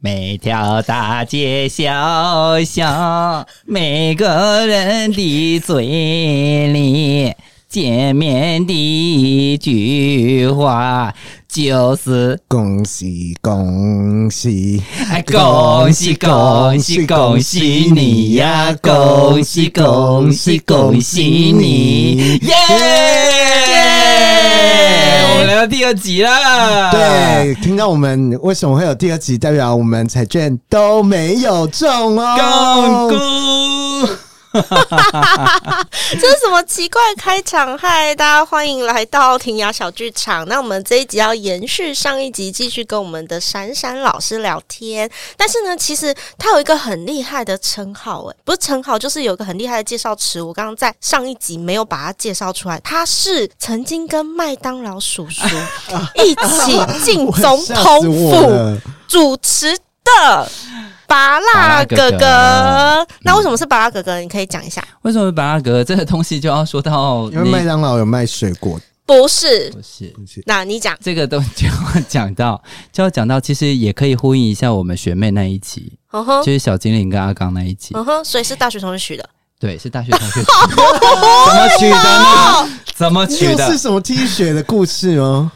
每条大街小巷，每个人的嘴里，见面第一句话就是恭喜恭喜！哎恭喜恭喜恭喜你呀！恭喜恭喜恭喜你！耶！我们来到第二集了。对，听到我们为什么会有第二集，代表我们彩券都没有中共哦。辜。这是什么奇怪的开场？嗨，大家欢迎来到庭雅小剧场。那我们这一集要延续上一集，继续跟我们的闪闪老师聊天。但是呢，其实他有一个很厉害的称号，哎，不是称号，就是有一个很厉害的介绍词。我刚刚在上一集没有把它介绍出来，他是曾经跟麦当劳叔 叔一起进我总吓死统我府。了！主持 啊的拔蜡哥拔嗯蜡哥。那为什么是拔蜡哥哥？你可以讲一下。为什么拔拉格这个东西就要说到因为麦那？当劳有卖水果，不是，不是那你讲。这个都就要讲到，就要讲到，其实也可以呼应一下我们学妹那一集，嗯哼就，是小精灵跟阿刚那一集。嗯哼，所以是大学同学取的。对，是大学同学怎么取的呢？怎么取又的是？什么 T 恤的故事哦？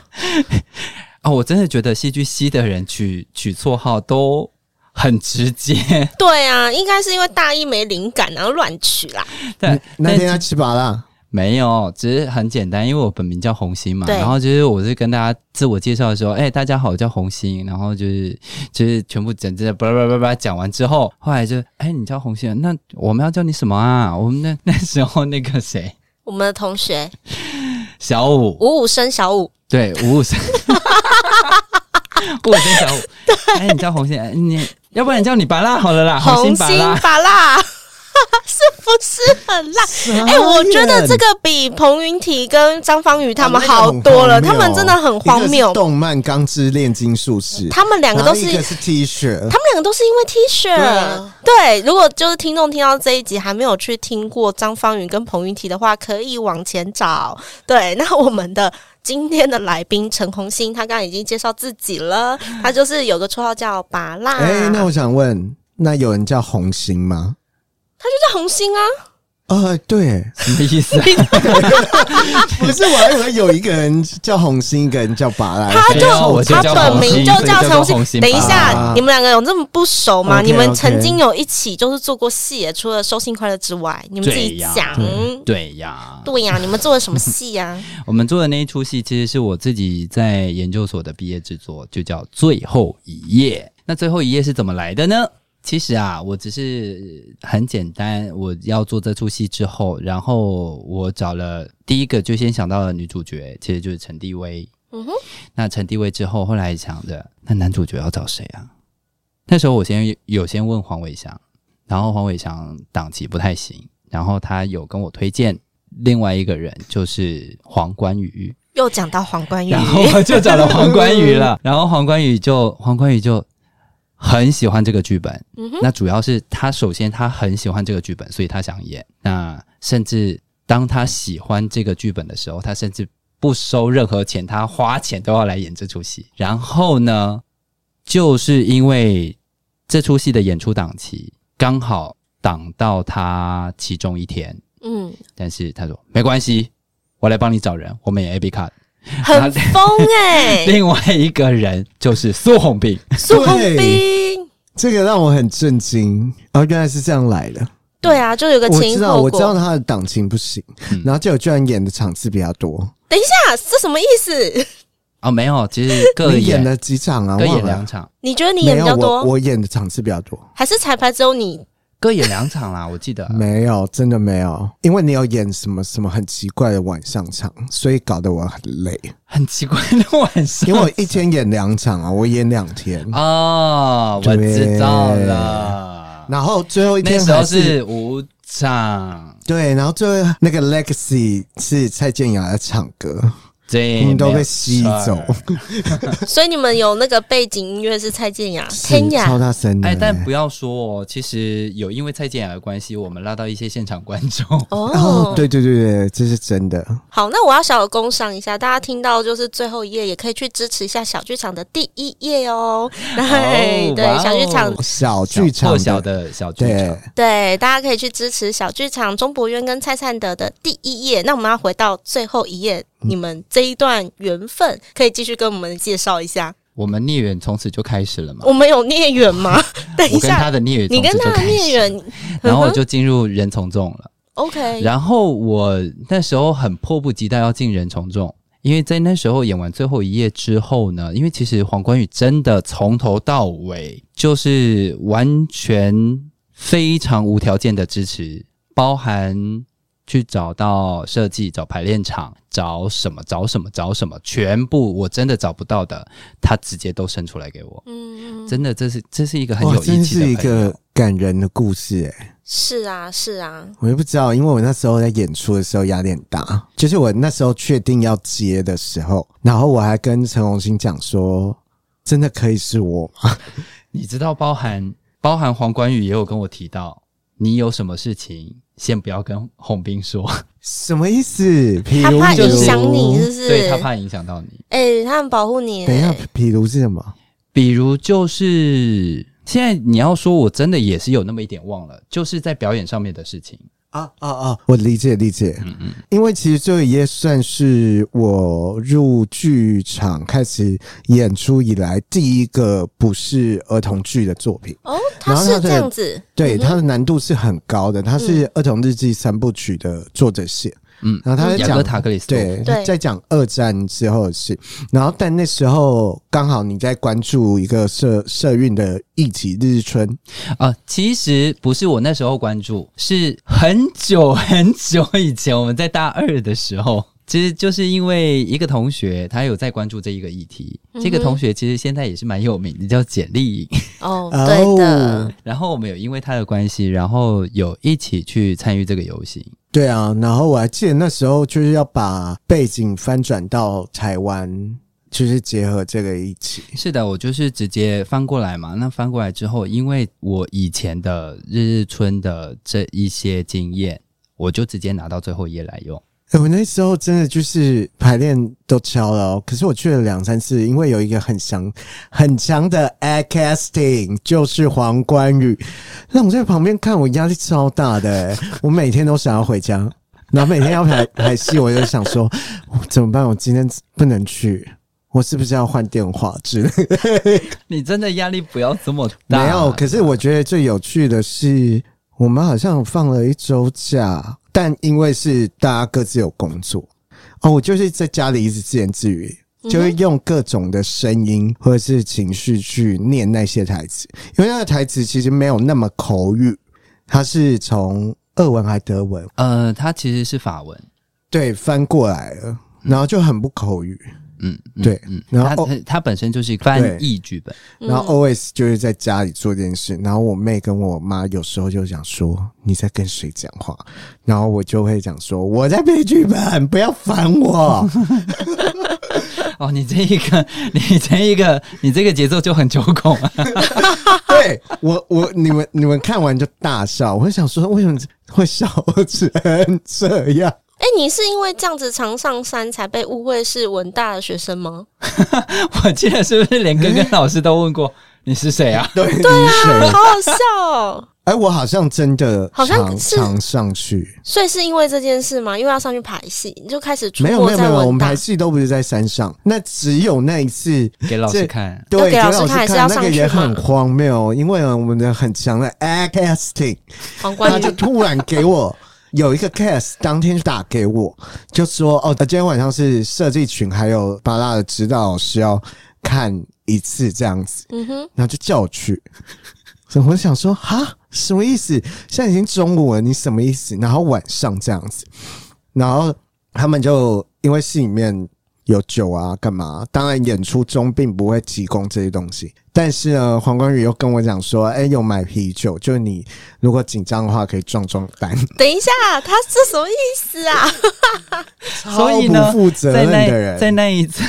哦，我真的觉得戏剧系的人取取绰号都很直接。对啊，应该是因为大一没灵感，然后乱取啦。但那天但要吃麻辣，没有，只是很简单，因为我本名叫红心嘛。对然后就是我是跟大家自我介绍的时候，哎、大家好，我叫红心。然后就是就是全部整整的叭叭叭叭讲完之后，后来就哎、你叫红心，那我们要叫你什么啊？我们那 那时候那个谁，我们的同学小五，五五生小五，对，五五三， 五五三小五。哎、你叫红心，哎你要不然你叫你拔拉好了啊啦，红红心拔心拉。拔蜡， 是不是很烂？哎、我觉得这个比彭云体跟张方宇他们好多了，啊那个很他荒们谬真的很荒一个是谬。动漫《钢之炼金术士》，他们两个都是然后一个是 T 恤，他们两个都是因为 T 恤。对啊对，如果就是听众听到这一集还没有去听过张方云跟彭云提的话，可以往前找。对，那我们的。今天的来宾陈红星，他刚刚已经介绍自己 了，他就是有个绰号叫“拔蜡”，哎、那我想问，那有人叫红心吗？就是红星啊，呃， 对，什么意思、啊？不是，我还以为有一个人叫红心，一个人叫拔拉。他没有我就就他叫本红名星就所以叫就陈叫星红星等一吧下，你们两个有这么不熟吗？ OK，你们 OK 曾经有一起就是做过戏耶，除了《收信快乐》之外，你们自己对呀讲。对呀，对呀、你们做了什么戏呀、 我们做的那一出戏，其实是我自己在研究所的毕业制作，就叫《最后一页》。那最后一页是怎么来的呢？其实啊，我只是呃很简单，我要做这出戏之后，然后我找了第一个就先想到的女主角，其实就是陈帝薇。嗯嗯哼哼，那陈帝薇之后，后来想着那男主角要找谁啊？那时候我先有先问黄伟翔，然后黄伟翔档期不太行，然后他有跟我推荐另外一个人，就是黄冠宇，又讲到黄冠玉然，后 我就找了黄冠宇 了，然后黄冠宇就黄冠宇就很喜欢这个剧本，嗯哼那主要是他首先他很喜欢这个剧本，所以他想演，那甚至当他喜欢这个剧本的时候，他甚至不收任何钱，他花钱都要来演这出戏，然后呢，就是因为这出戏的演出档期刚好挡到他其中一天，嗯，但是他说没关系，我来帮你找人，我们也 A B 卡。很疯 哎、另外一个人就是苏红兵，苏红对兵，这个让我很震惊。哦，原来是这样来的。对啊，就有个我前知因道，后我知道果。他的档期不行，嗯然后结果居然演的场次比较多。等一下，这什么意思？ 哦，没有，其 实各你演演了几场啊？各忘演了两场，你觉得你没演比有较我多，我演的场次比较多。还是彩排只有你？各演两场 啦，我记得。没有，真的没有，因为你有演什么什么很奇怪的晚上场，所以搞得我很 累。很奇怪的晚上，因为我一天演两场啊，我演两 天，哦，我知道了，然后最后一那天时候还是是五场，对，然后最后那个 Legacy 是蔡健雅在唱歌，对，我们都没被有吸事儿走，所以你们有那个背景音乐是蔡健雅，是天超雅。大声的、哎，但不要要说哦，其实有因为蔡健雅的关系，我们拉到一些现场观众。哦哦，，对对对对，这是真的。哦好，那我要小有工商一下，大家听到就是最后一页，也可以去支持一下小剧场的第一页哦。 对、对，哇哦小剧场小 小剧场破小的小剧对场，，对，大家可以去支持小剧场钟博渊跟蔡灿德的第一页。那我们要回到最后一页，你们这一段缘分可以继续跟我们介绍一下。我们孽缘从此就开始了嘛。我们有孽缘 吗？ 等一我跟他下，的孽缘，你跟他的孽，缘， 然后我嗯哼哎就进入人从众了。 OK，然后我那时候很迫不及待要进人从众，因为在那时候演完最后一页之后呢，因为其实黄冠宇真的从头到尾就是完全非常无条件的支持，包含去找到设计、找排练场、找什么、找什么、找什么，全部我真的找不到的，他直接都生出来给我。嗯，真的，这是这是一个很哇有义真气是一的朋友。个感人的故事哎、是啊，是啊，我也不知道，因为我那时候在演出的时候压力很大，就是我那时候确定要接的时候，然后我还跟陈红星讲说，真的可以是我吗？你知道，包含包含黄冠宇也有跟我提到，你有什么事情先不要跟洪斌说，什么意思？比他如怕影响你，是不对是他？怕影响到你。哎、他很保护你。等一下，比如是什么？比如就是现在你要说，我真的也是有那么一点忘了，就是在表演上面的事情。啊啊啊！我理解理解，因为其实最后一页算是我入剧场开始演出以来第一个不是儿童剧的作品。哦，他然后是他的这样子，对，嗯哼嗯它的难度是很高的，它是《儿童日记》三部曲的作者写，嗯，然后他在雅各讲塔克里斯多对夫，对在讲二战之后的事。然后，但那时候刚好你在关注一个社社运的议题——日春，啊、其实不是我那时候关注，是很久很久以前，我们在大二的时候， 其实就是因为一个同学他有在关注这一个议题，这个嗯哼同学其实现在也是蛮有名的，叫简丽颖。哦，哦对的，然后我们有因为他的关系，然后有一起去参与这个游行。对啊，然后我还记得那时候就是要把背景翻转到台湾，就是结合这个一起。是的，我就是直接翻过来嘛。那翻过来之后，因为我以前的日日春的这一些经验，我就直接拿到最后一页来用。哎、我那时候真的就是排练都敲了、哦，可是我去了两三次，因为有一个很强、很强的 air casting，就是黄冠宇，让我在旁边看，我压力超大的、哎我每天都想要回家，然后每天要排排戏，我就想说我怎么办？我今天不能去，我是不是要换电话之类的你真的压力不要这么大。没有，可是我觉得最有趣的是，我们好像放了一周假，但因为是大家各自有工作，哦，我就是在家里一直自言自语。就会用各种的声音或者是情绪去念那些台词，因为那个台词其实没有那么口语，它是从俄文还德文呃，它其实是法文。对翻过来了，然后就很不口语，嗯，嗯对嗯，然它后它它本身就是一个翻译剧本。然嗯后 always 就是在家里做这件事，然后我妹跟我妈有时候就想说你在跟谁讲话，然后我就会讲说我在背剧本，不要烦我。 哦，你这一个， 你这一个，你这个节奏就很九孔啊。对我我你们你们看完就大笑，我就想说为什么会笑成这 样？哎、你是因为这样子常上山才被误会是文大的学生吗？我记得是不是连根根老师都问过你是谁啊？对对好好笑哦！哎，我好像真的好像常是常上去，所以是因为这件事吗？因为要上去排戏，你就开始出没有没没有没在有，我文们大排。戏都不是在山上，那只有那一次给老这师看。对，要给老师老看还是看要那上个去也嘛很荒谬，因为呢我们的很强的 air casting，黄他冠就宇，突然给 我有一个 cast，当天就打给我，就说哦，今天晚上是设计群还有巴拉的指导老师要看一次这样子，嗯哼，然后就叫我去， 所以我想说哈什么意思？现在已经中午了，你什么意思？然后晚上这样子，然后他们就因为戏里面。有酒啊，干嘛？当然演出中并不会提供这些东西，但是呢，黄冠宇又跟我讲说，哎、有买啤酒，就是你如果紧张的话可以壮壮 胆，等一下，他是什么意思啊？所以呢超不负责在任的那在人，那一次，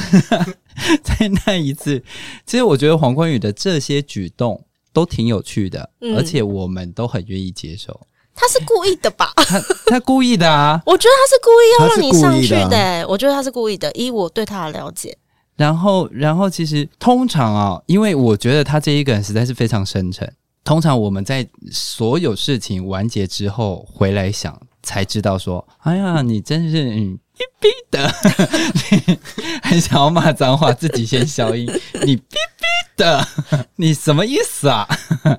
在那一次，其实我觉得黄冠宇的这些举动都挺有趣的，嗯而且我们都很愿意接受。他是故意的吧？他他故意的啊。我觉得他是故意要让你上去他是故意的欸、我觉得他是故意的，依我对他的了解。然后，然后其实通常啊、因为我觉得他这一个人实在是非常深沉。通常我们在所有事情完结之后回来想，才知道说，哎呀，你真是嗯。你逼的， 你很想要骂脏话，自己先消音。你逼逼的， 你什么意思啊？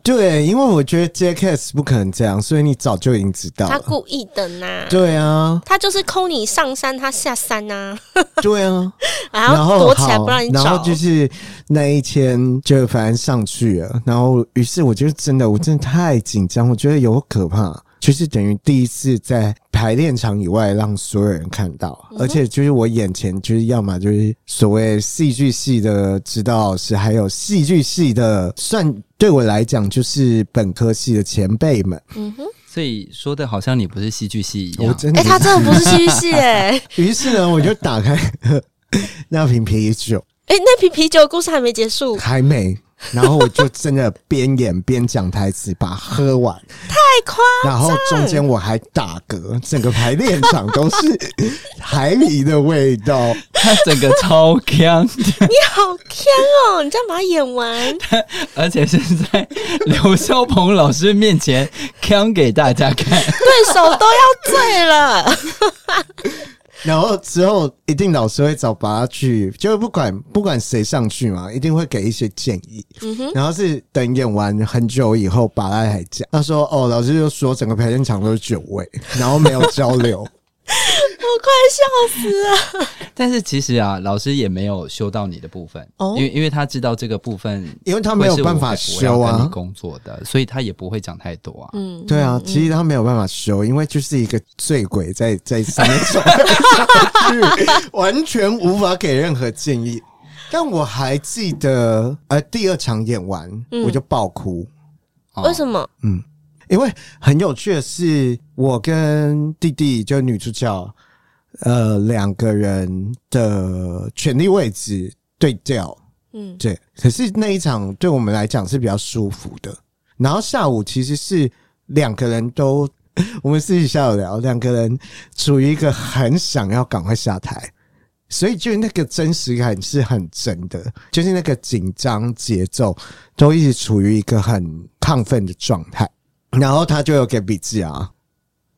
对，因为我觉得 Jackass 不可能这样，所以你早就已经知道他了。故意的呐，对啊，他就是抠你上山，他下山 呐、对啊，然后躲起来不让你然找。后就是那一天，就反正上去了，然后于是我就真的，我真的太紧张，我觉得有可怕，就是等于第一次在排练场以外让所有人看到，嗯而且就是我眼前就是要么就是所谓戏剧系的指导老师，还有戏剧系的算。对我来讲，就是本科系的前辈们，嗯哼，所以说的好像你不是戏剧系一我样。真的哎、不他真的不是戏剧系哎、于是呢，我就打开那瓶啤酒，哎、那瓶啤酒的故事还没结束，还没。然后我就真的边演边讲台词，把它喝完。太夸然后中间我还打嗝，整个排练场都是海里的味道。他整个超强 的，你好天哦！你这样把它演完，而且是在刘秀鹏老师面前 强给大家看。对手都要醉了。然后之后一定老师会找把他去，就是不管不管谁上去嘛，一定会给一些建议。然后是等演完很久以后，把他还讲，他说：“哦，老师就说整个排练场都是酒味，然后没有交流。我快笑死了！但是其实啊，老师也没有修到你的部分，哦因为因为他知道这个部分，因为他没有 办法修啊你工作的，所以他也不会讲太多啊。嗯，对啊，其实他没有办法修，因为就是一个醉鬼在在上面走来走去，完全无法给任何建议。但我还记得，呃，第二场演完、嗯我就爆哭，哦为什么？因为很有趣的是，我跟弟弟就女主角，呃，两个人的权力位置对调，嗯对，可是那一场对我们来讲是比较舒服的。然后下午其实是两个人都， 我们私底下有聊，两个人处于一个很想要赶快下台，所以就是那个真实感是很真的，就是那个紧张节奏都一直处于一个很亢奋的状态。然后他就有给笔记啊，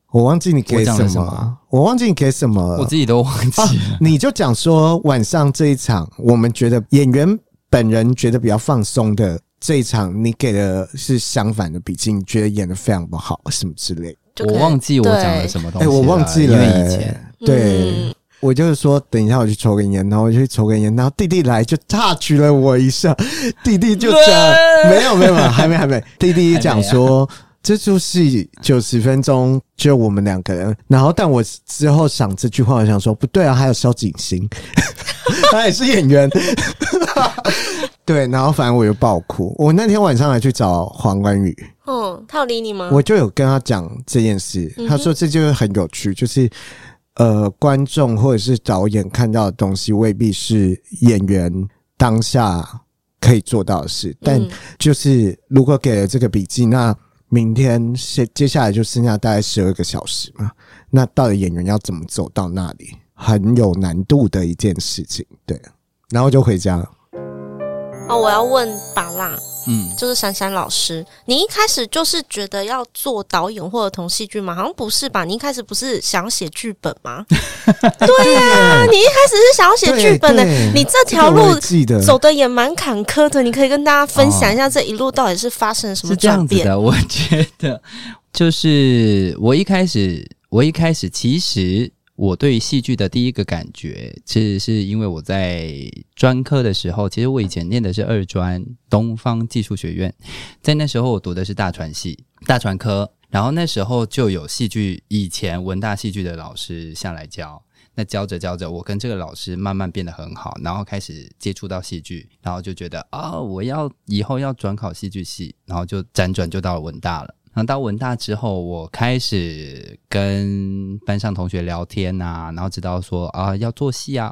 我忘记你给我讲什了么什啊，我忘记你给什么了，我自己都忘记啊了。， 你就讲说晚上这一场，我们觉得演员本人觉得比较放松的这一场，你给的是相反的笔记，你觉得演的非常不好，什么之类的。 就可我能忘记我讲了么。什么东哎、西、我忘记了、哎因为以前对。嗯我就是说，等一下我去抽根烟，然后我就去抽根烟，然后弟弟来就 touch 了我一下，弟弟就讲对没有没有没有，还没还没，啊弟弟讲说、这就是九十分钟，就我们两个人。然后但我之后想这句话，我想说不对啊，还有萧景行， 他也是演员。 对，然后反正我就爆哭。我那天晚上还去找黄冠宇，嗯，他有理你吗？我就有跟他讲这件事，嗯哼他说这就是很有趣，就是呃，观众或者是导演看到的东西未必是演员当下可以做到的事，但嗯就是如果给了这个笔记，那明天接接下来就剩下大概十二个小时嘛，那到底演员要怎么走到那里，很有难度的一件事情，对。然后就回家了，哦，我要问巴拉，嗯，就是珊珊老师，你一开始就是觉得要做导演或儿童戏剧吗？好像不是吧？你一开始不是想要写剧本吗？ 啊对呀、你一开始是想要写剧本的对对，你这这条个我路也记得走的也蛮坎坷的，你可以跟大家分哦享一下这一路到底是发生了什么是这样转子变？的，我觉得就是我一开始，我一开始其实我对戏剧的第一个感觉，其实是因为我在专科的时候，其实我以前念的是二专东方技术学院，在那时候我读的是大传系大传科，然后那时候就有戏剧，以前文大戏剧的老师下来教。那教着教着，我跟这个老师慢慢变得很好，然后开始接触到戏剧，然后就觉得啊、我要以后要转考戏剧系，然后就辗转就到了文大了。然后到文大之后，我开始跟班上同学聊天啊，然后知道说啊要做戏啊，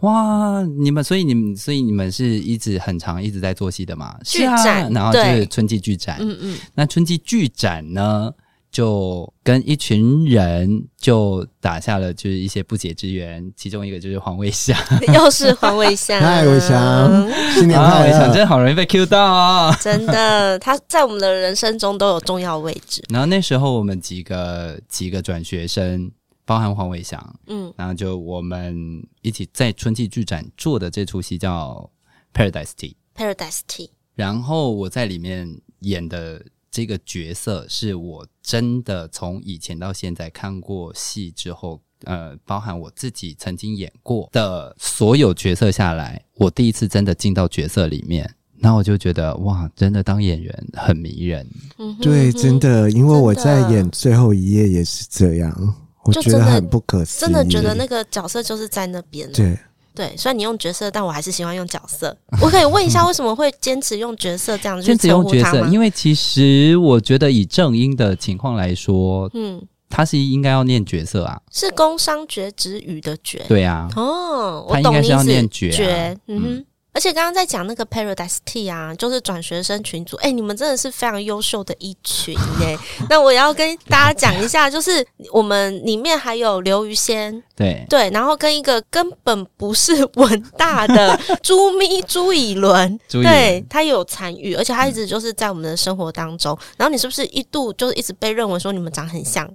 哇，你们所以你们所以你们是一直很长一直在做戏的嘛？剧是啊展然后就是对春季剧展，嗯嗯， 那春季剧展呢，就跟一群人就打下了就是一些不解之缘，其中一个就是黄卫翔，又是黄伟 翔，嗨，伟翔，新年黄快伟翔乐！真的好容易被 Q 到啊、真的，他在我们的人生中都有重要位置。然后那时候我们几个几个转学生，包含黄伟翔，嗯，然后就我们一起在春季剧展做的这出戏叫《Paradise Tea》， Paradise Tea，然后我在里面演的这个角色，是我真的从以前到现在看过戏之后，呃，包含我自己曾经演过的所有角色下来，我第一次真的进到角色里面，那我就觉得哇，真的当演员很迷人。嗯哼对，嗯哼真的，因为我真的在演最后一页也是这样，我就觉真得的很不可思议，真的觉得那个角色就是在那边。对。对，虽然你用角色，但我还是喜欢用角色。 我可以问一下，为什么会坚持用角色这样去先只称用呼角他色，吗？因为其实我觉得以正音的情况来说，嗯，他是应该要念角色啊，是工商角职语的角。对啊，哦，我他应懂该你是意要思。念角啊嗯哼。而且刚刚在讲那个 Paradise Tea 啊，就是转学生群组，哎、你们真的是非常优秀的一群呢、 那我也要跟大家讲一下，就是我们里面还有刘于仙，对。对，然后跟一个根本不是文大 的朱咪朱以伦，朱以对伦他有参与，而且他一直就是在我们的生活当中。然后你是不是一度就是一直被认为说你们长很像？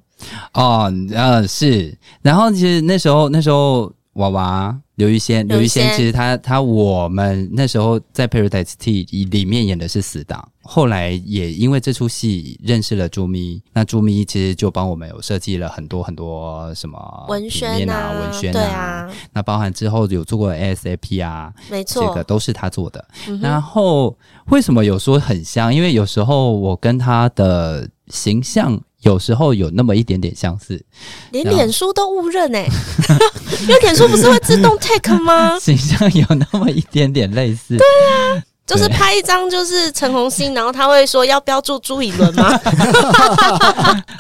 哦，呃，是。然后其实那时候，那时候娃娃刘玉仙，刘刘玉玉仙仙其实他他我们那时候在《Paradise Tea》里面演的是死党，后来也因为这出戏认识了朱咪。那朱咪其实就帮我们有设计了很多很多什么文平轩面啊、文宣对，啊，那包含之后有做过 ASAP 啊，没这错个，都是他做的。嗯哼然后为什么有说很像？因为有时候我跟他的形象有时候有那么一点点相似，连脸书都误认 哎、因为脸书不是会自动 take 吗？形象有那么一点点类似。对，就是拍一张就是陈红星，然后他会说要标注朱以伦 吗？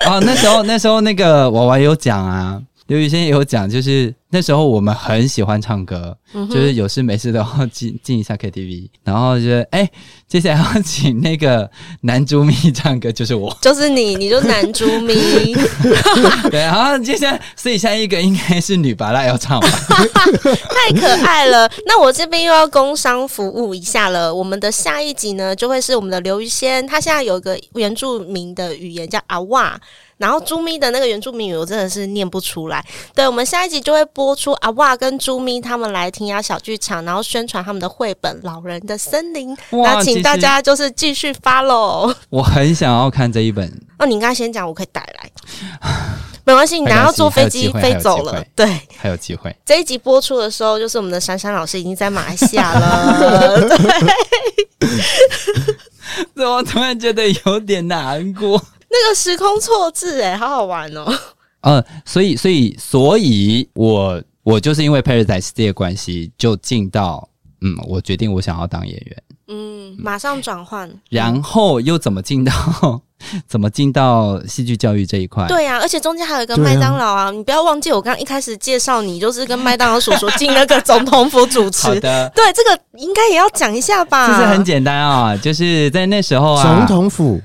啊，那时候那时候那个娃娃有讲啊，刘宇先也有讲，就是那时候我们很喜欢唱歌，嗯哼就是有事没事的话进进一下 KTV，然后就是哎、接下来要请那个男主蜜唱歌，就是 我。就是你，你就男猪咪。对，然后接下来所以下一个应该是女巴拉要唱吧。太可爱了！ 那我这边又要工商服务一下了。我们的下一集呢，就会是我们的刘玉仙，他现在有一个原住民的语言叫阿哇。然后朱咪的那个原住民语我真的是念不出来，对我们下一集就会播出阿哇跟朱咪他们来听呀小剧场，然后宣传他们的绘本《老人的森林》，哇那请大家就是继续 follow。我很想要看这一本，哦，你应该先讲，我可以带来，没关系，你等下要坐飞机没关系还飞有机会走还有机了会，对。还有机会。这一集播出的时候，就是我们的珊珊老师已经在马来西亚了。对 怎么突然觉得有点难过？那个时空错置、哎，好好玩哦。呃，所以，所以，所以我我就是因为 Paradise 这个关系，就进到嗯，我决定我想要当演员，嗯，马上转换。然后又怎么进到 怎么进到戏剧教育这一块？对呀、而且中间还有一个对啊麦当劳啊，你不要忘记我刚刚一开始介绍你，就是跟麦当劳叔叔进那个总统府主 持好。的，对，这个应该也要讲一下吧。这是很简单啊、就是在那时候啊，总统府，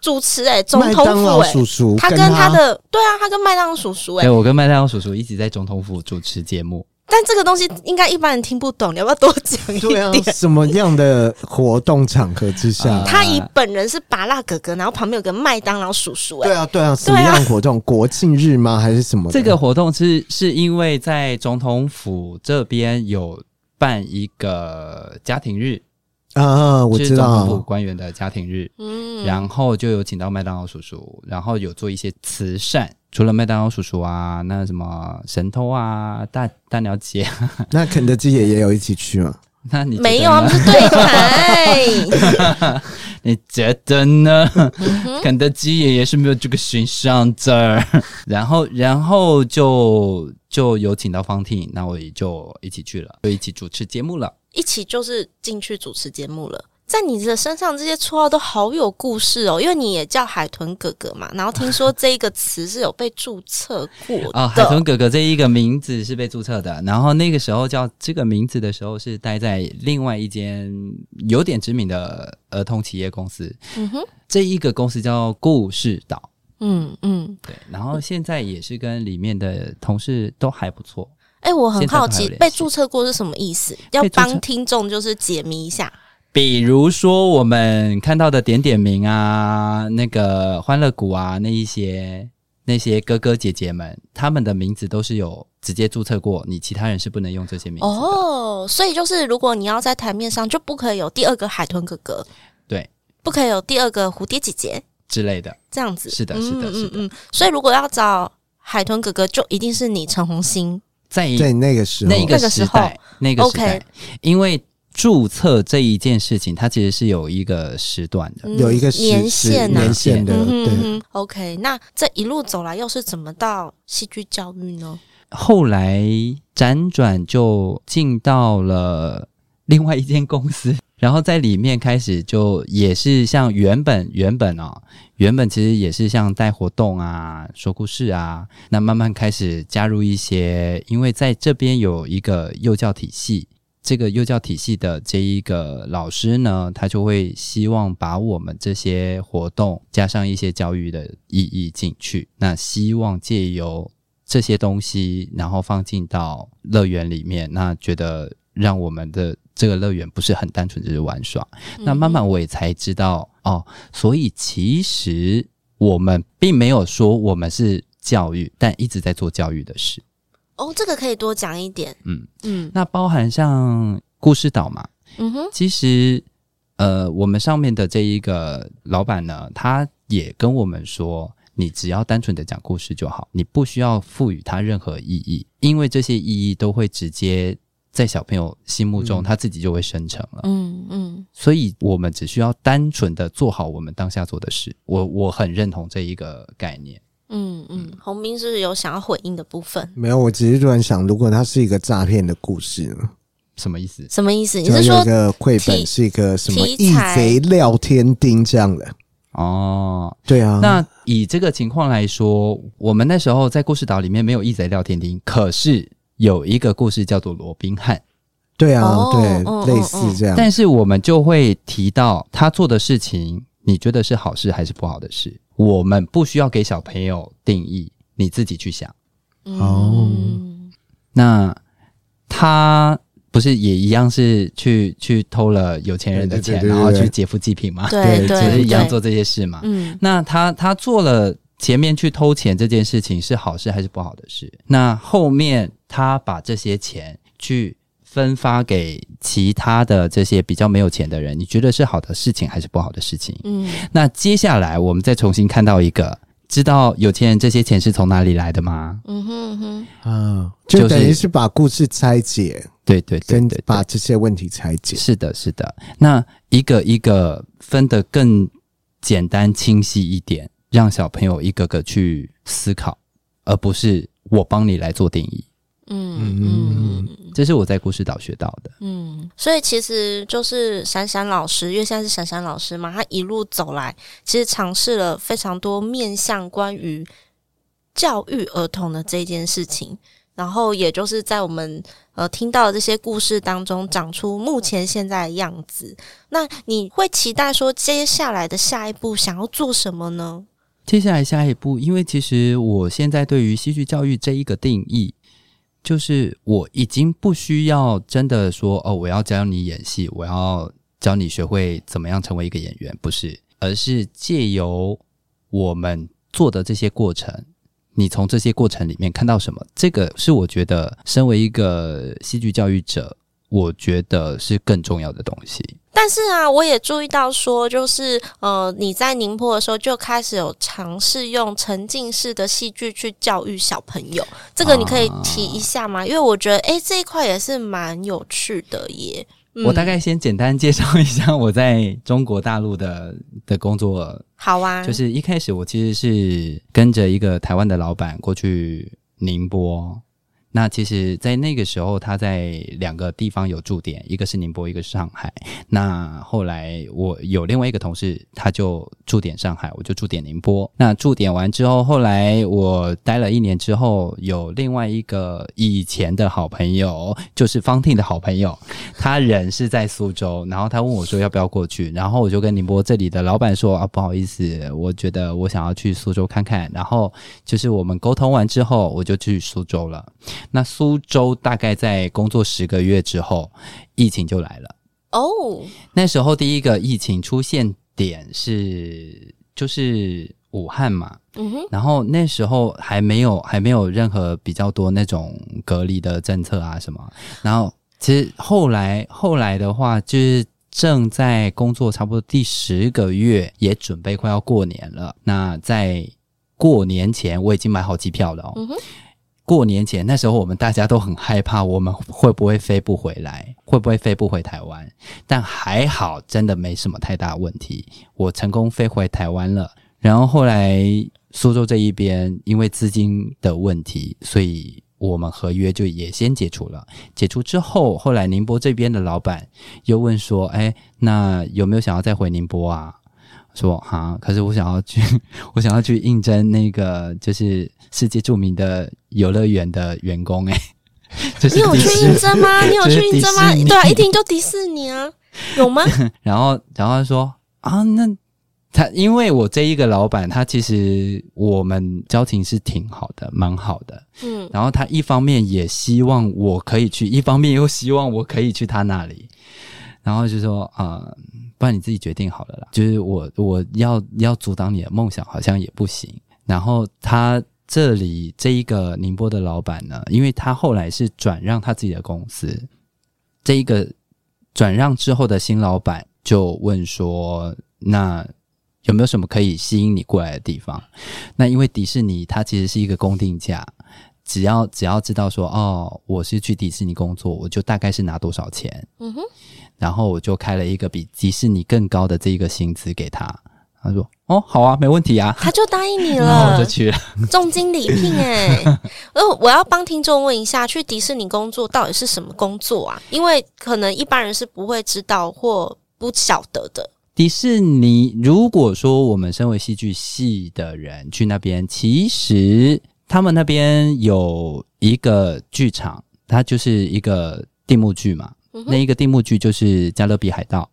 主持哎、总麦统当府劳哎、叔叔，他跟跟他的对啊，他跟麦当劳叔叔哎、哎、我跟麦当劳叔叔一起在总统府主持节目。但这个东西应该一般人听不懂，你要不要多讲一对啊点？， 什么样的活动场合之下啊？ 他以本人是拔辣哥哥，然后旁边有个麦当劳叔叔、哎对，啊，对啊，什么样的活动？国庆日吗？还是什么的？这个活动是是因为在总统府这边有办一个家庭日，啊，我就是知总统府道，官员的家庭日，嗯然后就有请到麦当劳叔叔，然后有做一些慈善，除了麦当劳叔叔啊，那什么神偷啊、大大鸟姐， 那肯德基爷爷有一起去吗？那你觉得没有，他啊呢们是 对台。你觉得呢？嗯肯德基爷爷是没有这个选项的。 然后，然后就就有请到方婷，那我也就一起去了，就一起主持节目了。一起就是进去主持节目了。在你的身上，这些绰号都好有故事哦，因为你也叫海豚哥哥嘛。然后听说这一个词是有被注册过的，啊、海豚哥哥这一个名字是被注册的，然后那个时候叫这个名字的时候是待在另外一间有点知名的儿童企业公司，嗯哼，这一个公司叫故事岛，嗯嗯。对，然后现在也是跟里面的同事都还不错。哎、我很现在都好还奇有联系被注册过是什么意思，要被注册帮听众就是解谜一下。比如说我们看到的点点名啊，那个欢乐谷啊，那一些那些哥哥姐姐们，他们的名字都是有直接注册过，你其他人是不能用这些名字的。哦，所以就是如果你要在台面上，就不可以有第二个海豚哥哥，对，不可以有第二个蝴蝶姐姐之类的，这样子。是的是的是的嗯。所以如果要找海豚哥哥，就一定是你陈红星。在对，那个时嗯候，那个时代，那个时代 OK，因为注册这一件事情，它其实是有一个时段的。嗯有一个时年时限呐、年限的，嗯哼嗯对，哼，OK，那这一路走来又是怎么到戏剧教育呢？后来辗转就进到了另外一间公司， 然后在里面开始就也是像原本原本哦，原本其实也是像带活动啊、说故事啊，那慢慢开始加入一些，因为在这边有一个幼教体系。这个幼教体系的这一个老师呢，他就会希望把我们这些活动加上一些教育的意义进去，那希望借由这些东西，然后放进到乐园里面，那觉得让我们的这个乐园不是很单纯只是玩耍。嗯那慢慢我也才知道哦，所以其实我们并没有说我们是教育，但一直在做教育的事。哦，这个可以多讲一点。嗯，嗯那包含像故事岛嘛，嗯哼，其实，呃，我们上面的这一个老板呢，他也跟我们说，你只要单纯的讲故事就好，你不需要赋予它任何意义，因为这些意义都会直接在小朋友心目中，嗯他自己就会生成了。嗯嗯所以，我们只需要单纯的做好我们当下做的事。我我很认同这一个概念。嗯嗯，红明是不是有想要回应的部分？没有，我只是突然想，如果它是一个诈骗的故事呢？什么意思？什么意思？你就是有说一个绘题本是一个什么题义材贼廖天丁这样的？哦，对啊，那以这个情况来说，我们那时候在故事岛里面没有义贼廖天丁，可是有一个故事叫做罗宾汉，对啊，哦对，哦类哦似哦这样。但是我们就会提到他做的事情，你觉得是好事还是不好的事？我们不需要给小朋友定义，你自己去想。嗯，那他不是也一样是去去偷了有钱人的钱，对对对对然后对去劫富济贫吗？对对对也对，是一样做这些事嘛？嗯那他他做了前面去偷钱这件事情是好事还是不好的事？那后面他把这些钱去分发给其他的这些比较没有钱的人，你觉得是好的事情还是不好的事情？嗯那接下来我们再重新看到一个，知道有钱人这些钱是从哪里来的吗？嗯哼嗯哼，啊，就就是等于是把故事拆解，对对对跟对对把这些问题拆解。是的，是的。那一个一个分得更简单清晰一点，让小朋友一个个去思考，而不是我帮你来做定义。嗯嗯。这是我在故事岛学到的。嗯，所以其实就是闪闪老师，因为现在是闪闪老师嘛，他一路走来，其实尝试了非常多面向关于教育儿童的这件事情，然后也就是在我们呃听到的这些故事当中，长出目前现在的样子。那你会期待说接下来的下一步想要做什么呢？接下来下一步，因为其实我现在对于戏剧教育这一个定义，就是我已经不需要真的说哦，我要教你演戏，我要教你学会怎么样成为一个演员，不是，而是借由我们做的这些过程。你从这些过程里面看到什么？这个是我觉得，身为一个戏剧教育者，我觉得是更重要的东西。但是啊，我也注意到说，就是呃，你在宁波的时候就开始有尝试用沉浸式的戏剧去教育小朋友，这个你可以提一下吗？因为我觉得，诶，这一块也是蛮有趣的耶。嗯我大概先简单介绍一下我在中国大陆的的工作，好啊，就是一开始我其实是跟着一个台湾的老板过去宁波。那其实，在那个时候，他在两个地方有驻点，一个是宁波，一个是上海。 那后来我有另外一个同事，他就驻点上海，我就驻点宁波。那驻点完之后，后来我待了一年之后，有另外一个以前的好朋友，就是方婷的好朋友，他人是在苏州，然后他问我说要不要过去，然后我就跟宁波这里的老板说啊，不好意思，我觉得我想要去苏州看看。然后就是我们沟通完之后，我就去苏州了。那苏州大概在工作十个月之后，疫情就来了。哦，那时候第一个疫情出现点是就是武汉嘛，嗯哼，然后那时候还没有还没有任何比较多那种隔离的政策啊什么，然后其实后来后来的话就是。正在工作，差不多第十个月，也准备快要过年了。那在过年前，我已经买好机票了哦。嗯哼，过年前那时候，我们大家都很害怕，我们会不会飞不回来，会不会飞不回台湾？但还好，真的没什么太大问题，我成功飞回台湾了。然后后来苏州这一边因为资金的问题，所以我们合约就也先解除了。解除之后，后来宁波这边的老板又问说：“哎，那有没有想要再回宁波啊？”说啊，可是我想要去， 我想要去应征那个就是世界著名的游乐园的员工哎、就是你有迪去士尼应 征吗？你有这是去应征吗迪士？尼对啊，一听就迪士尼啊，有吗？然后，然后他说啊，那他因为我这一个老板，他其实我们交情是挺好的，蛮好的。嗯，然后他一方面也希望我可以去，一方面又希望我可以去他那里。然后就说啊、呃不然你自己决定好了啦。就是我我要要阻挡你的梦想，好像也不行。然后他这里这一个宁波的老板呢，因为他后来是转让他自己的公司，这一个转让之后的新老板就问说，那有没有什么可以吸引你过来的地方？那因为迪士尼它其实是一个公定价，只要只要知道说哦，我是去迪士尼工作，我就大概是拿多少钱，嗯哼，然后我就开了一个比迪士尼更高的这一个薪资给他。他说：“哦，好啊，没问题啊。他就答 应你”然后了我就，去了。重金礼聘哎、 呃，我要帮听众问一下，去迪士尼工作到底是什么工作啊？因为可能一般人是不会知道或不晓得的。迪士尼，如果说我们身为戏剧系的人去那边，其实他们那边有一个剧场，它就是一个定目剧嘛。嗯哼那一个定目剧就是《加勒比海盗》，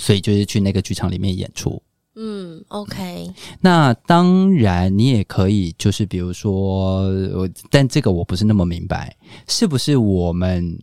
所以就是去那个剧场里面演出。嗯，OK，那当然，你也可以，就是比如说，呃我但这个我不是那么明白，是不是我们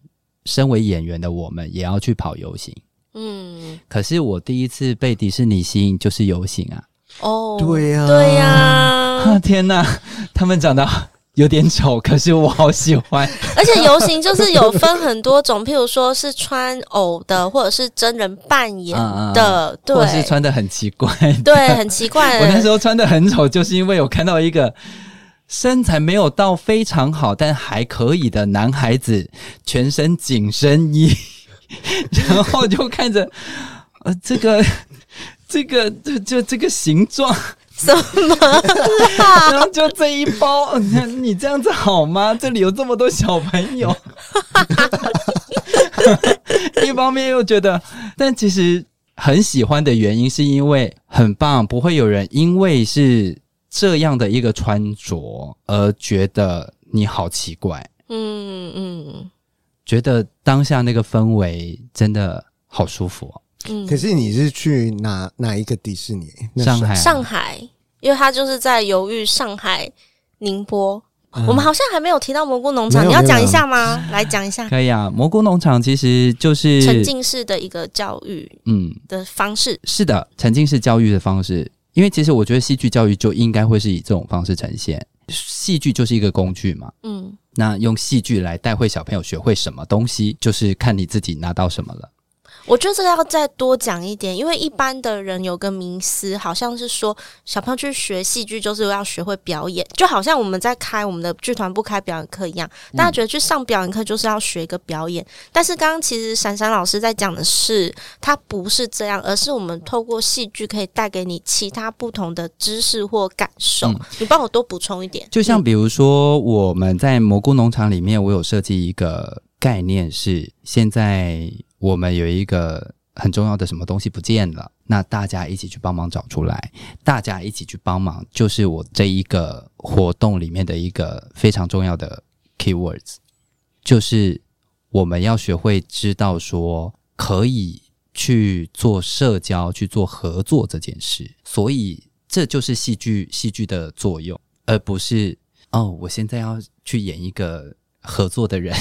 身为演员的我们也要去跑游行？嗯，可是我第一次被迪士尼吸引就是游行啊！哦，对呀、对呀、啊 天哪，他们长得有点丑，可是我好喜欢。而且游行就是有分很多种，譬如说是穿偶的，或者是真人扮演的，啊或是对，穿的很奇怪。对，很奇怪 我那时 的。候穿的很丑，就是因为我看到一个身材没有到非常好，但还可以的男孩子，全身紧身衣，然后就看着，呃，这个。这个就就这个形状，什么？然后 就这一包， 嗯你这样子好吗？这里有这么多小朋友， 一方面又觉得，但其实很喜欢的原因是因为很棒，不会有人因为是这样的一个穿着而觉得你好奇怪，嗯嗯觉得当下那个氛围真的好舒服、哦。嗯，可是你是去哪哪一个迪士尼？那时候上海啊，上海，因为他就是在犹豫上海、宁波。嗯我们好像还没有提到蘑菇农没场，有你要没有讲一下吗？来讲一下可以啊。蘑菇农场其实就是沉浸式的一个教育嗯，的方式。是的，沉浸式教育的方式，因为其实我觉得戏剧教育就应该会是以这种方式呈现。戏剧就是一个工具嘛，嗯那用戏剧来带会小朋友学会什么东西，就是看你自己拿到什么了。我觉得这个要再多讲一点，因为一般的人有个迷思，好像是说小朋友去学戏剧就是要学会表演，就好像我们在开我们的剧团不开表演课一样，大家觉得去上表演课就是要学一个表演。但是刚刚其实闪闪老师在讲的是，它不是这样，而是我们透过戏剧可以带给你其他不同的知识或感受。嗯你帮我多补充一点，就像比如说，我们在蘑菇农场里面，我有设计一个概念是，现在我们有一个很重要的什么东西不见了，那大家一起去帮忙找出来，大家一起去帮忙，就是我这一个活动里面的一个非常重要的 keywords，就是我们要学会知道说可以去做社交、去做合作这件事，所以这就是戏剧戏剧的作用。而不是哦，我现在要去演一个合作的人，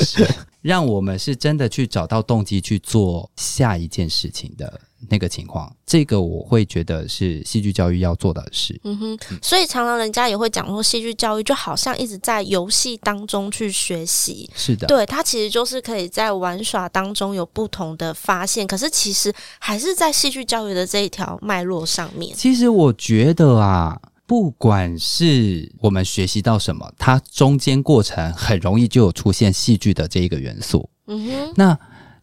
是 让我们是真的去找到动机去做下一件事情的那个情况。这个我会觉得是戏剧教育要做的事。嗯哼，所以常常人家也会讲说，戏剧教育就好像一直在游戏当中去学习。是啊的，对，它其实就是可以在玩耍当中有不同的发现，可是其实还是在戏剧教育的这一条脉络上面。其实我觉得啊，不管是我们学习到什么，它中间过程很容易就有出现戏剧的这一个元素。嗯哼，那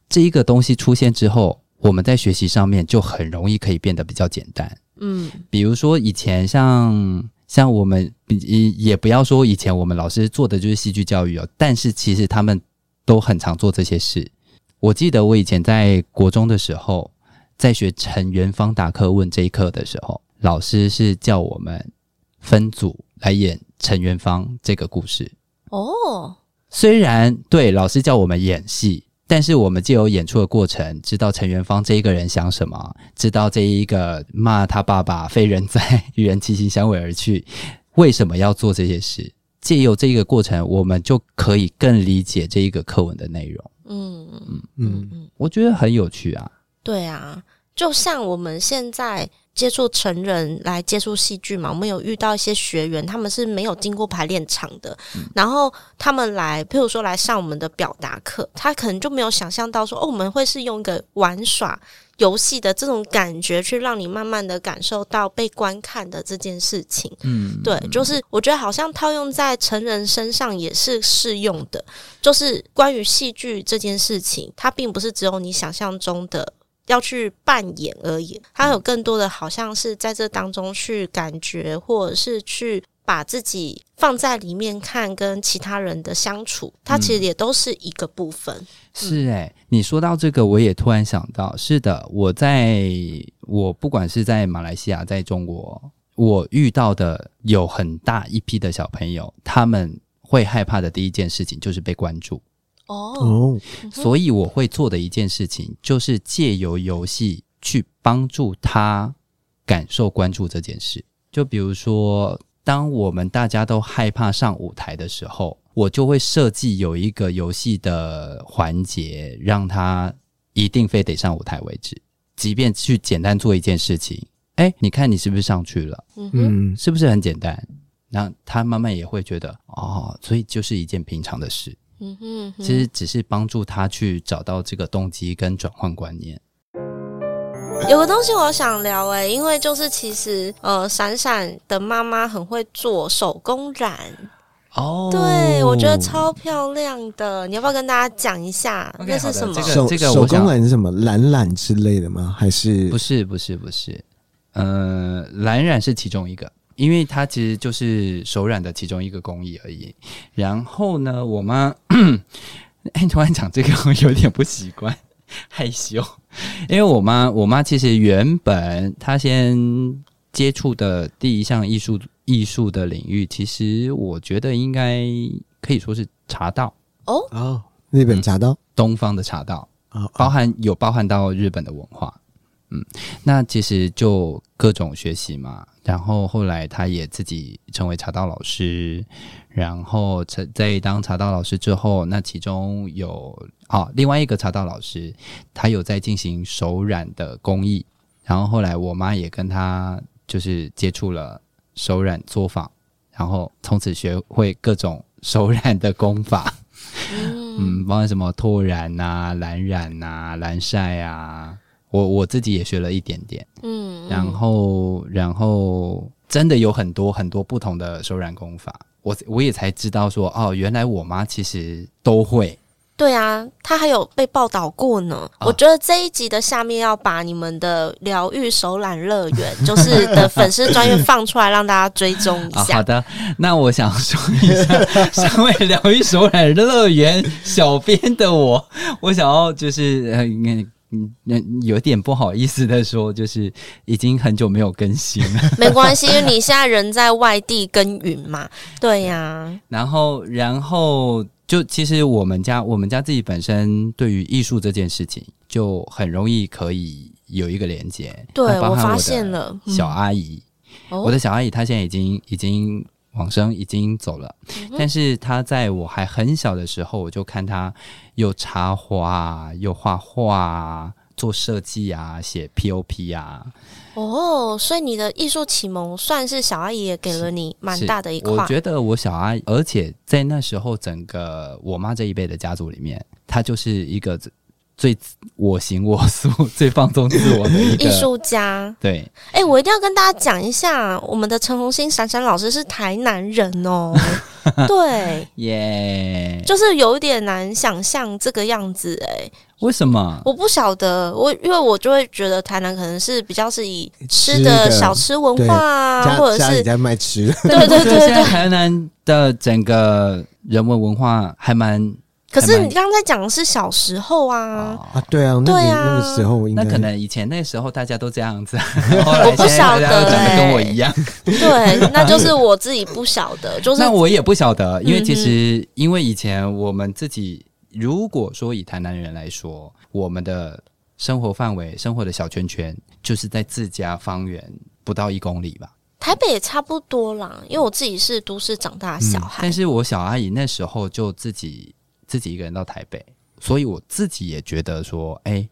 这一个东西出现之后，我们在学习上面就很容易可以变得比较简单。嗯，比如说以前像像我们也也不要说以前我们老师做的就是戏剧教育哦，但是其实他们都很常做这些事。我记得我以前在国中的时候，在学成员方达克问这一课的时候，老师是叫我们分组来演成员方这个故事。哦，虽然对老师叫我们演戏，但是我们借由演出的过程，知道陈元芳这一个人想什么，知道这一个骂他爸爸非人哉，与人其心相违而去，为什么要做这些事？借由这一个过程，我们就可以更理解这一个课文的内容。嗯嗯嗯嗯，嗯，我觉得很有趣啊！对啊，就像我们现在接触成人来接触戏剧嘛，我们有遇到一些学员，他们是没有经过排练场的，然后他们来，譬如说来上我们的表达课，他可能就没有想象到说，哦，我们会是用一个玩耍。游戏的这种感觉，去让你慢慢的感受到被观看的这件事情。嗯，对，就是我觉得好像套用在成人身上也是适用的，就是关于戏剧这件事情，它并不是只有你想象中的要去扮演而已，它有更多的好像是在这当中去感觉，或者是去。把自己放在里面看，跟其他人的相处，它其实嗯也都是一个部分。是哎、你说到这个，我也突然想到，是的，我在我不管是在马来西亚，在中国，我遇到的有很大一批的小朋友，他们会害怕的第一件事情就是被关注，哦，哦，嗯哼所以我会做的一件事情就是借由游戏去帮助他感受关注这件事。就比如说，当我们大家都害怕上舞台的时候，我就会设计有一个游戏的环节，让他一定非得上舞台为止，即便去简单做一件事情。哎，你看你是不是上去了？嗯哼，嗯，是不是很简单？那他慢慢也会觉得哦，所以就是一件平常的事。嗯哼，嗯哼其实只是帮助他去找到这个动机跟转换观念。有个东西我想聊诶、因为就是其实呃，闪闪的妈妈很会做手工染，哦对我觉得超漂亮的。你要不要跟大家讲一下 OK，那是什么？好的这个手这个手我想工染是什么？懒懒之类的吗？还是不是不是不是，呃，蓝染是其中一个，因为它其实就是手染的其中一个工艺而已。然后呢，我妈，哎，突然讲这个我有点不习惯，害羞，因为我妈我妈其实原本她先接触的第一项艺术艺术的领域，其实我觉得应该可以说是茶道，哦，日本茶道东方的茶道。啊，包哦含有包含到日本的文化，嗯，那其实就各种学习嘛。然后后来他也自己成为茶道老师，然后在在当茶道老师之后，那其中有哦，另外一个茶道老师，他有在进行手染的工艺。然后后来我妈也跟他就是接触了手染作坊，然后从此学会各种手染的工法。嗯嗯，包括什么拓染啊、蓝染啊、蓝晒啊，我我自己也学了一点点。嗯，然后，然后真的有很多很多不同的手染工法，我我也才知道说，哦，原来我妈其实都会。对啊，他还有被报道过呢。啊我觉得这一集的下面要把你们的疗愈手懒乐园， 就是的粉丝专业放出来，让大家追踪一啊，下。好的，那我想说一下， 身为疗愈手染乐园小编的我，我想要就是呃，嗯嗯嗯有点不好意思的说，就是已经很久没有更新了。没关系，因为你现在人在外地耕耘嘛。对呀、然后，然后就其实我们家我们家自己本身对于艺术这件事情，就很容易可以有一个连接。对那包我含发的现了嗯小阿姨，我哦，的小阿姨她现在已经已经往生已经走了，嗯但是她在我还很小的时候，我就看她又插花又画画。做设计啊，写 POP 啊，哦，所以你的艺术启蒙算是小阿姨也给了你蛮是大的一块。我觉得我小阿姨，而且在那时候整个我妈这一辈的家族里面，她就是一个最最我行我素、 最放纵自我的一个艺。术 家，对，哎、我一定要跟大家讲一下，我们的陈红星闪闪老师是台南人 哦。对，耶、就是有一点难想象这个样子哎、为什么？我不晓得，我因为我就会觉得台南可能是比较是以吃吃的的小吃文对化啊，家或者家里是在卖吃的，对对对现在 对。台南的整个人文文化还蛮……可是还蛮你刚才讲的是小时候啊，哦啊，对啊，那对个啊那个时候我应该那可能以前那时候大家都这样 子，后来不现在大家都晓得长得欸跟我一样。 对，那就是我自己不晓得，就是那我也不晓得，因为其嗯哼实、因为以前我们自己，如果说以台南人来说，我们的生活范围、生活的小圈圈，就是在自家方圆不到一公里吧。台北也差不多啦，因为我自己是都市长大的小孩，嗯但是我小阿姨那时候就自己自己一个人到台北，所以我自己也觉得说，哎、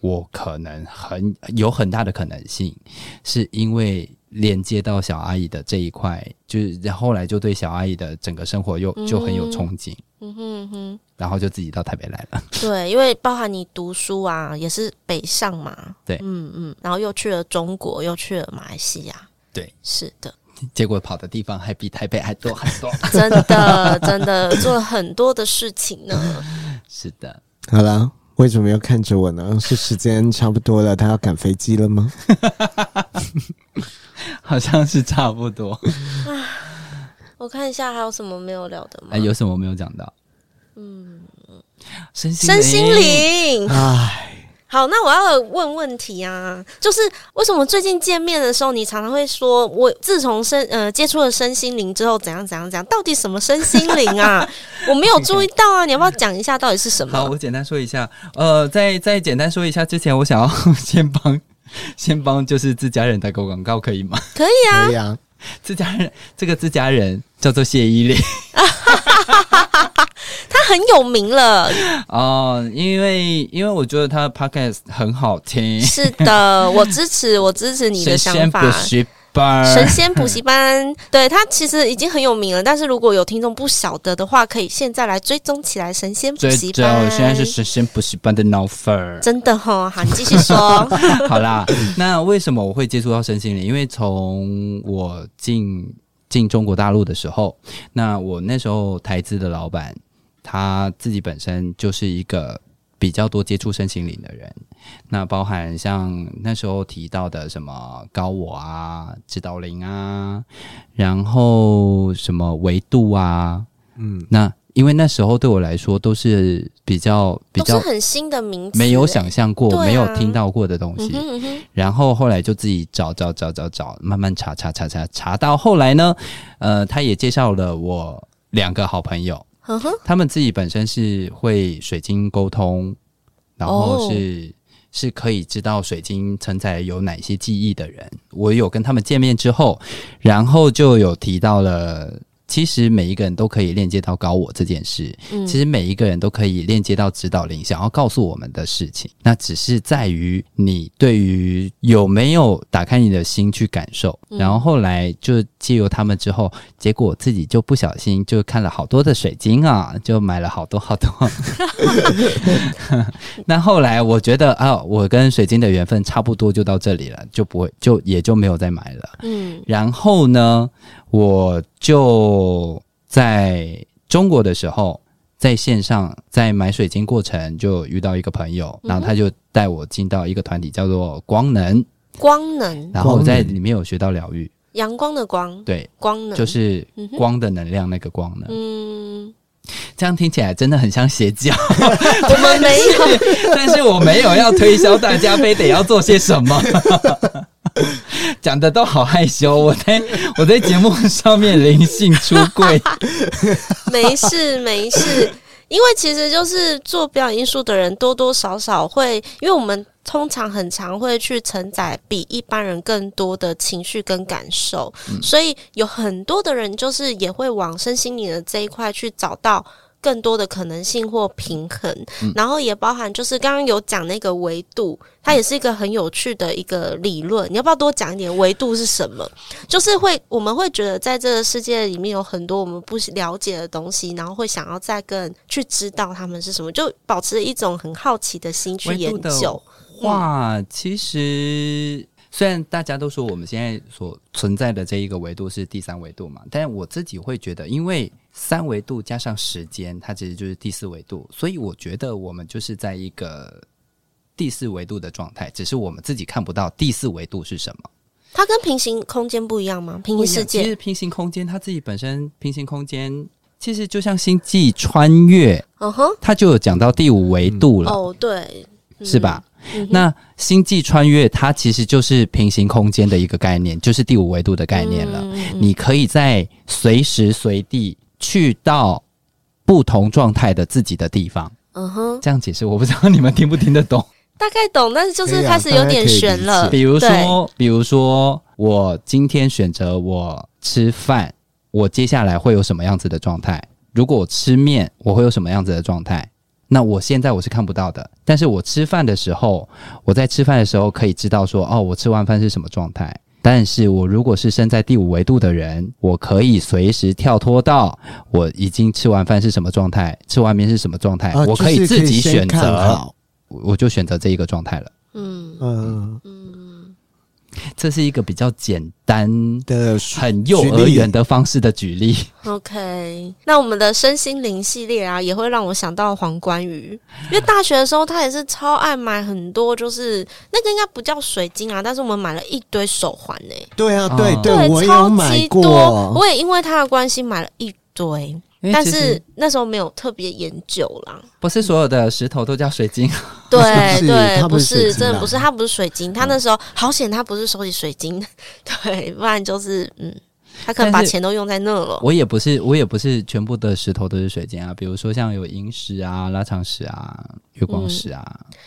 我可能很有很大的可能性，是因为连接到小阿姨的这一块，就是后来就对小阿姨的整个生活又就很有憧憬。嗯哼嗯哼，然后就自己到台北来了。对，因为包含你读书啊，也是北上嘛，对嗯嗯，然后又去了中国，又去了马来西亚， 对，是的，结果跑的地方还比台北还多很多。真的 真的做了很多的事情呢， 是的，好了。为什么要看着我呢？是时间差不多了，他要赶飞机了吗？好像是差不多。我看一下还有什么没有聊的吗？哎，有什么没有讲到？嗯，身心身心灵。 唉，好，那我要问问题啊，就是为什么最近见面的时候，你常常会说我自从身呃接触了身心灵之后，怎样怎样怎样？到底什么身心 灵啊？我没有注意到啊，你要不要讲一下到底是什好，么？我简单说一下。呃，在在简单说一下之前，我想要 先帮先帮就是自家人打个广告，可以吗？ 可以啊可，以啊，自家人这个自家人叫做谢 依霖。他很有名了。哦，因为因为我觉得他的 podcast 很好听，是 的，我支持，我支持你的神想仙法补。习班神仙补习班，对他其实已经很有名了，但是如果有听众不晓得的话，可以现在来追踪起来神仙补追习着班。我现在是神仙补习班的脑粉儿。真的哈，好，你继续说。 好啦，那为什么我会接触到身心灵？因为从我进进中国大陆的时候，那我那时候台资的老板，他自己本身就是一个比较多接触身心灵的人，那包含像那时候提到的什么高我啊、指导灵啊，然后什么维度啊，嗯，那因为那时候对我来说都是比较 比都是较。很新的名字，没有想象过、对啊没有听到过的东嗯西，哼嗯哼，然后后来就自己找找找找找，慢慢查查查查查到后来呢，呃，他也介绍了我两个好朋友，嗯哼，他们自己本身是会水晶沟通，然哦后是、是可以知道水晶承载有哪些记忆的人。我有跟他们见面之后，然后就有提到了其实每一个人都可以链接到高我这件事，嗯其实每一个人都可以链接到指导灵想要告诉我们的事情，那只是在于你对于有没有打开你的心去感受。然后后来就借由他们之后，结果我自己就不小心就看了好多的水晶啊，就买了好多好多。 那后来我觉得啊、我跟水晶的缘分差不多就到这里了，就不会就也就没有再买了。嗯然后呢，我就在中国的时候，在线上在买水晶过程就遇到一个朋嗯友，然后他就带我进到一个团体叫做光能，光能，然后我在里面有学到疗愈，阳嗯光的光，对，光能就是嗯哼光的能量那个光能， 嗯，这样听起来真的很像邪教， 我们没有，但是我没有要推销大家非得要做些什么。 讲的都好害羞，我在我在节目上面灵性出柜，没事没事，因为其实就是做表演艺术的人多多少少会，因为我们通常很常会去承载比一般人更多的情绪跟感受，所以有很多的人就是也会往身心灵的这一块去找到。更多的可能性或平衡，嗯然后也包含就是刚刚有讲那个维度，它也是一个很有趣的一个理论。你要不要多讲一点维度是什么？就是会，我们会觉得在这个世界里面有很多我们不了解的东西，然后会想要再更去知道他们是什么，就保持一种很好奇的心去维度研的哦究。哇，其实虽然大家都说我们现在所存在的这一个维度是第三维度嘛，但我自己会觉得，因为三维度加上时间，它其实就是第四维度，所以我觉得我们就是在一个第四维度的状态，只是我们自己看不到第四维度是什么。它跟平行空间不一样吗？平不行一样世其界实平行空间它自己本身平行空间。其实就像星际穿越，嗯哼，它就有讲到第五维度了，哦，对，嗯是吧？？嗯哼那星际穿越它其实就是平行空间的一个概念，就是第五维度的概念了。嗯你可以在随时随地去到不同状态的自己的地方。嗯哼，这样解释，我不知道你们听不听得懂。大概懂，但是就可是以啊开始有点悬大了。概比如对，说，比如说，我今天选择我吃饭，我接下来会有什么样子的状态？如果我吃面，我会有什么样子的状态？那我现在我是看不到的，但是我吃饭的时候，我在吃饭的时候可以知道说，哦，我吃完饭是什么状态。但是我如果是身在第五维度的人，我可以随时跳脱到我已经吃完饭是什么状态，吃完面是什么状态，啊我可就以是哦自己先选看择，好我我就选择这一个状态了。嗯嗯嗯，这是一个比较简单、的很幼儿嗯园的方式的举例。嗯 OK，那我们的身心灵系列啊，也会让我想到黄冠宇，因为大学的时候他也是超爱买很多，就是那个应该不叫水晶啊，但是我们买了一堆手环呢、对啊，啊对对，我有超买级多，过，我也因为他的关系买了一堆，因为但其实是那时候没有特别研究啦。不是所有的石头都叫水 晶，对 不是对，它不不是水晶啊嗯是，真的啦不是，他不是水晶，他那时候好险，他不是收集水晶， 对，不然就是嗯，他可能把但是钱都用在那了。我也不是，我也不是全部的石头都是水晶啊。比如说像有萤石啊、拉长石啊、月光石啊，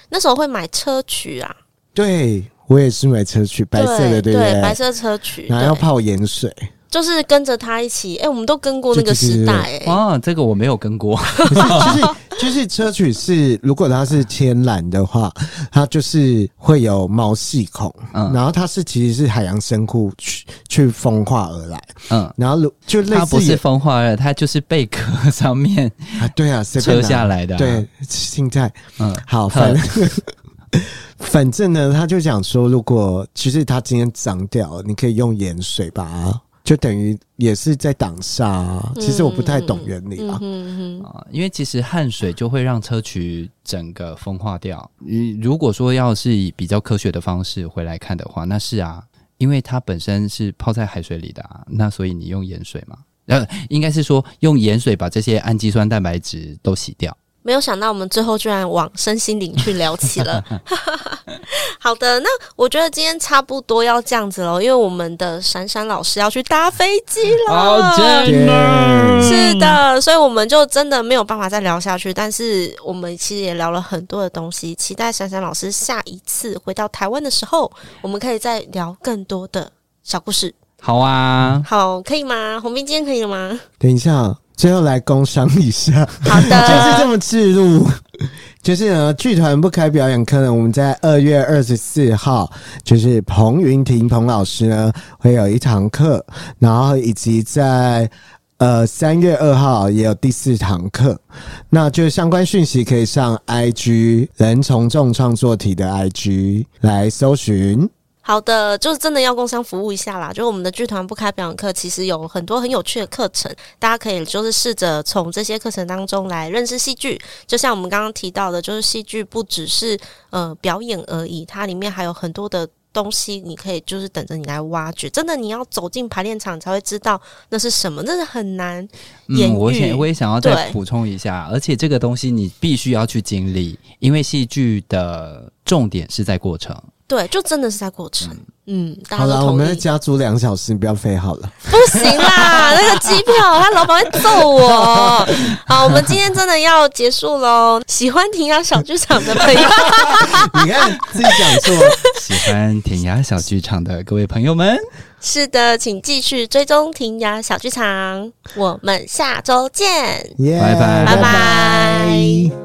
那时候会买车曲啊，对我也是买车去白色的，对不对？白色车曲，然后要对泡盐水， 就是跟着他一起，哎、我们都跟过那个时代、哎，哇，这个我没有跟过。不是，就是就是车曲是，如果它是天然的话，它就是会有毛细孔，嗯然后它是其实是海洋生物去去风化而来，嗯，然后如就类它不似是也风化了，它就是贝壳上面啊，对啊，随便车拿下来的、啊。对，现在嗯，好，反正反正呢，他就讲说，如果其实它今天脏掉了，你可以用盐水把它，就等于也是在挡煞、啊。其实我不太懂原理嗯啊，哼嗯哼，啊、因为其实汗水就会让砗磲整个风化掉。你如果说要是以比较科学的方式回来看的话，那是啊，因为它本身是泡在海水里的啊，那所以你用盐水嘛，呃，应该是说用盐水把这些氨基酸蛋白质都洗掉。没有想到我们最后居然往身心灵去聊起了。 好的，那我觉得今天差不多要这样子喽，因为我们的闪闪老师要去搭飞机了。真的是的，所以我们就真的没有办法再聊下去。但是我们其实也聊了很多的东西，期待闪闪老师下一次回到台湾的时候，我们可以再聊更多的小故事。好啊，好，可以吗？红兵今天可以了吗？等一下，最后来工商一下，好就是这的，么赤裸。 就是呢，剧团不开表演课呢，我们在二月二十四号，就是彭云婷彭老师呢会有一堂课，然后以及在呃三月二号也有第四堂课，那就是相关讯息可以上 IG 人从众创作体的 IG 来搜寻。好的，就是真的要工商服务一下啦。就是我们的剧团不开表演课，其实有很多很有趣的课程，大家可以就是试着从这些课程当中来认识戏剧。就像我们刚刚提到的，就是戏剧不只是呃表演而已，它里面还有很多的。东西你可以就是等着你来挖掘，真的你要走进排练场才会知道那是什么，真的很难。言嗯，我语想我也想要再对补充一下，而且这个东西你必须要去经历，因为戏剧的重点是在过程。对，就真的是在过程。嗯，大家好都了，我同们意。家租两小时，你不要飞好了。不行啦，那个机票，他老板会揍我。好，我们今天真的要结束喽。喜欢婷雅小剧场的朋友， 你看自己讲错。喜欢挺牙小剧场的各位朋友们，是的，请继续追踪啊婷雅小剧场。我们下周见。耶拜拜拜拜